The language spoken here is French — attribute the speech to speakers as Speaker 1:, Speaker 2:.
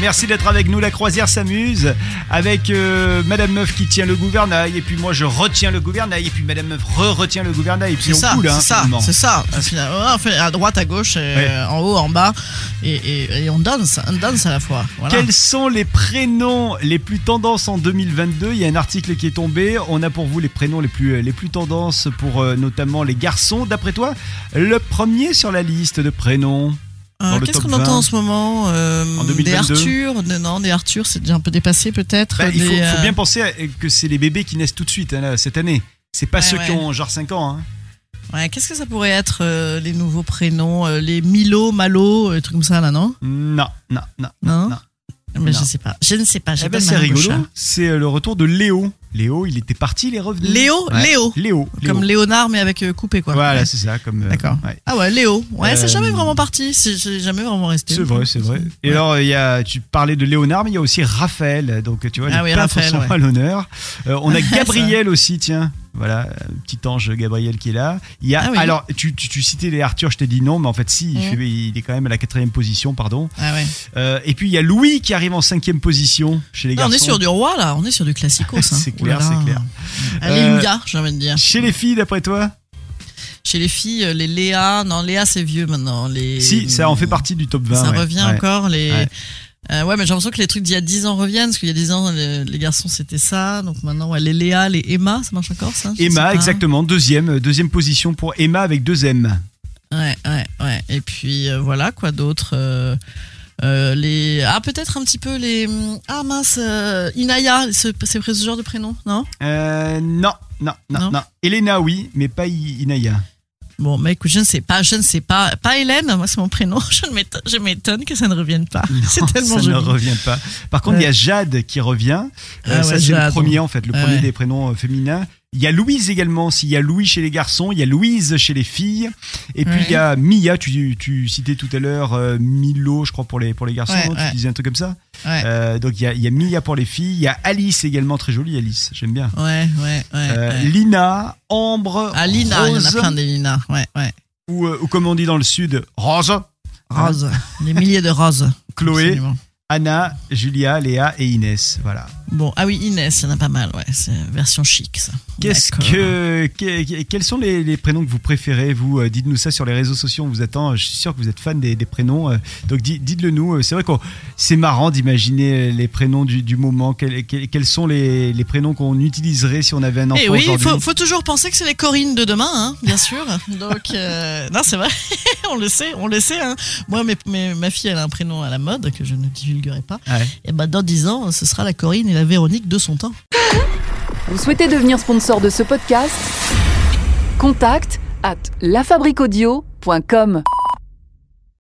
Speaker 1: Merci d'être avec nous. La croisière s'amuse avec euh, Madame Meuf qui tient le gouvernail. Et puis moi, je retiens le gouvernail. Et puis Madame Meuf re-retient le gouvernail. Et puis
Speaker 2: C'est
Speaker 1: on
Speaker 2: ça,
Speaker 1: coule, hein,
Speaker 2: c'est ça,
Speaker 1: finalement.
Speaker 2: c'est ça. Finalement, on fait à droite, à gauche, et,
Speaker 1: Ouais.
Speaker 2: euh, en haut, en bas, et, et- et on danse, on danse à la fois. Voilà.
Speaker 1: Quels sont les prénoms les plus tendances en 2022 Il y a un article qui est tombé. On a pour vous les prénoms les plus, les plus tendances pour euh, notamment les garçons. D'après toi, le premier sur la liste de prénoms
Speaker 2: Euh,
Speaker 1: dans le
Speaker 2: Qu'est-ce
Speaker 1: top
Speaker 2: qu'on entend
Speaker 1: 20?
Speaker 2: en ce moment euh,
Speaker 1: En
Speaker 2: Des
Speaker 1: 2022?
Speaker 2: Arthur de- Non, des Arthur, c'est déjà un peu dépassé peut-être.
Speaker 1: Bah, Il
Speaker 2: des,
Speaker 1: faut, faut
Speaker 2: euh,
Speaker 1: bien penser à- que c'est les bébés qui naissent tout de suite hein, là, cette année. C'est pas
Speaker 2: Ouais,
Speaker 1: ceux qui
Speaker 2: ouais.
Speaker 1: ont genre 5 ans. hein.
Speaker 2: ouais, Qu'est-ce que ça pourrait être euh, les nouveaux prénoms euh, Les Milo, Malo, euh, des trucs comme ça là, non
Speaker 1: Non, non, non.
Speaker 2: Non,
Speaker 1: Non.
Speaker 2: Mais
Speaker 1: Non.
Speaker 2: je sais pas. Je ne sais pas. j'ai
Speaker 1: Eh
Speaker 2: pas
Speaker 1: ben,
Speaker 2: de
Speaker 1: c'est
Speaker 2: mal au
Speaker 1: rigolo.
Speaker 2: chat.
Speaker 1: C'est euh, le retour de Léo. Léo, il était parti, il est revenu.
Speaker 2: Léo,
Speaker 1: Ouais.
Speaker 2: Léo,
Speaker 1: Léo.
Speaker 2: comme
Speaker 1: Léo.
Speaker 2: Léonard mais avec euh, coupé quoi.
Speaker 1: Voilà,
Speaker 2: Ouais.
Speaker 1: c'est ça. Comme. euh,
Speaker 2: D'accord.
Speaker 1: ouais.
Speaker 2: Ah ouais, Léo. Ouais,
Speaker 1: Euh,
Speaker 2: c'est jamais vraiment parti. C'est c'est jamais vraiment resté.
Speaker 1: C'est vrai, c'est vrai. Et
Speaker 2: Ouais.
Speaker 1: alors, il y a, tu parlais de Léonard, mais il y a aussi Raphaël. Donc, tu vois,
Speaker 2: Ah
Speaker 1: les
Speaker 2: oui,
Speaker 1: peintres
Speaker 2: Raphaël,
Speaker 1: sont
Speaker 2: ouais.
Speaker 1: à l'honneur. Euh, on a
Speaker 2: Ça.
Speaker 1: Gabriel aussi, tiens. Voilà, euh, petit ange Gabriel qui est là. Il y a,
Speaker 2: Ah oui.
Speaker 1: Alors, tu, tu- tu citais les Arthur, je t'ai dit non, mais en fait, si, il,
Speaker 2: Mhm.
Speaker 1: fait- il est quand même à la quatrième position, pardon.
Speaker 2: Ah ouais.
Speaker 1: Euh, et puis, il y a Louis qui arrive en cinquième position chez les
Speaker 2: Non,
Speaker 1: garçons.
Speaker 2: Ah, on est sur du roi là, on est sur du classico. ça.
Speaker 1: C'est clair,
Speaker 2: Ouh là là.
Speaker 1: c'est clair. Euh,
Speaker 2: Alléluia, j'ai envie de dire.
Speaker 1: Chez les filles, d'après toi
Speaker 2: Chez les filles, euh, les Léa, non, Léa c'est vieux maintenant. Les...
Speaker 1: Si, ça en fait partie du top 20.
Speaker 2: Ça
Speaker 1: ouais.
Speaker 2: revient
Speaker 1: Ouais.
Speaker 2: encore. Les... Euh,
Speaker 1: Ouais.
Speaker 2: Ouais. mais j'ai l'impression que les trucs d'il y a 10 ans reviennent, parce qu'il y a 10 ans, les, les garçons c'était ça. Donc maintenant, ouais, les Léa, les Emma, ça marche encore ça Je sais
Speaker 1: Emma,
Speaker 2: pas.
Speaker 1: exactement, deuxième, euh, deuxième position pour Emma avec deux M.
Speaker 2: Ouais, ouais, ouais. Et puis euh, voilà, quoi d'autre euh, euh, les ah peut-être un petit peu les ah mince euh, Inaya ce- c'est ce genre de prénom non
Speaker 1: Euh, non, non, non, non,
Speaker 2: Non.
Speaker 1: Elena, oui, mais pas I- Inaya.
Speaker 2: bon mais écoute je ne sais pas je ne sais pas pas Hélène moi c'est mon prénom je ne m'étonne je m'étonne que ça ne revienne pas c'est tellement
Speaker 1: ça ne
Speaker 2: joli
Speaker 1: revient pas. Par contre, il y a Jade qui revient. Euh,
Speaker 2: Ah
Speaker 1: ça,
Speaker 2: ouais,
Speaker 1: c'est le
Speaker 2: Jade.
Speaker 1: premier, en fait, le
Speaker 2: Ah
Speaker 1: premier
Speaker 2: ouais.
Speaker 1: des prénoms euh, féminins. Il y a Louise également. S'il y a Louis chez les garçons, il y a Louise chez les filles. Et puis,
Speaker 2: Ouais.
Speaker 1: il y a Mia, tu, tu citais tout à l'heure euh, Milo, je crois, pour les, pour les garçons.
Speaker 2: Ouais,
Speaker 1: non Tu
Speaker 2: ouais.
Speaker 1: disais un truc comme ça.
Speaker 2: Ouais.
Speaker 1: Euh, donc, il y, a, il y a Mia pour les filles. Il y a Alice également, très jolie Alice, j'aime bien.
Speaker 2: ouais ouais ouais,
Speaker 1: Euh,
Speaker 2: ouais.
Speaker 1: Lina, Ambre,
Speaker 2: ah Lina il y en a
Speaker 1: Rose,
Speaker 2: plein des Lina ouais ouais
Speaker 1: ou, euh, ou comme on dit dans le sud, Rose,
Speaker 2: Rose des milliers de roses
Speaker 1: Chloé.
Speaker 2: absolument.
Speaker 1: Anna, Julia, Léa et Inès. Voilà.
Speaker 2: bon ah oui Inès il y en a pas mal ouais c'est version chic ça
Speaker 1: Qu'est-ce
Speaker 2: D'accord.
Speaker 1: que, que- que- quels sont les, les prénoms que vous préférez Vous euh, dites-nous ça sur les réseaux sociaux. On vous attend. Je suis sûr que vous êtes fan des, des prénoms. euh, donc di- dites-le nous. Euh, C'est vrai que c'est marrant d'imaginer les prénoms du, du moment. Quels, quels- quels sont les, les prénoms qu'on utiliserait si on avait un enfant
Speaker 2: Eh oui, il
Speaker 1: aujourd'hui
Speaker 2: faut, faut toujours penser que c'est les Corinne de demain, hein, bien sûr. Donc, euh, non, c'est vrai, on le sait, on le sait. Hein. Moi, mes- mes- ma fille, elle a un prénom à la mode que je ne divulguerai pas.
Speaker 1: Ouais.
Speaker 2: Et ben, dans 10 ans, ce sera la Corinne et la Véronique de son temps.
Speaker 3: Vous souhaitez devenir sponsor de ce podcast Contact à lafabriquaudio.com.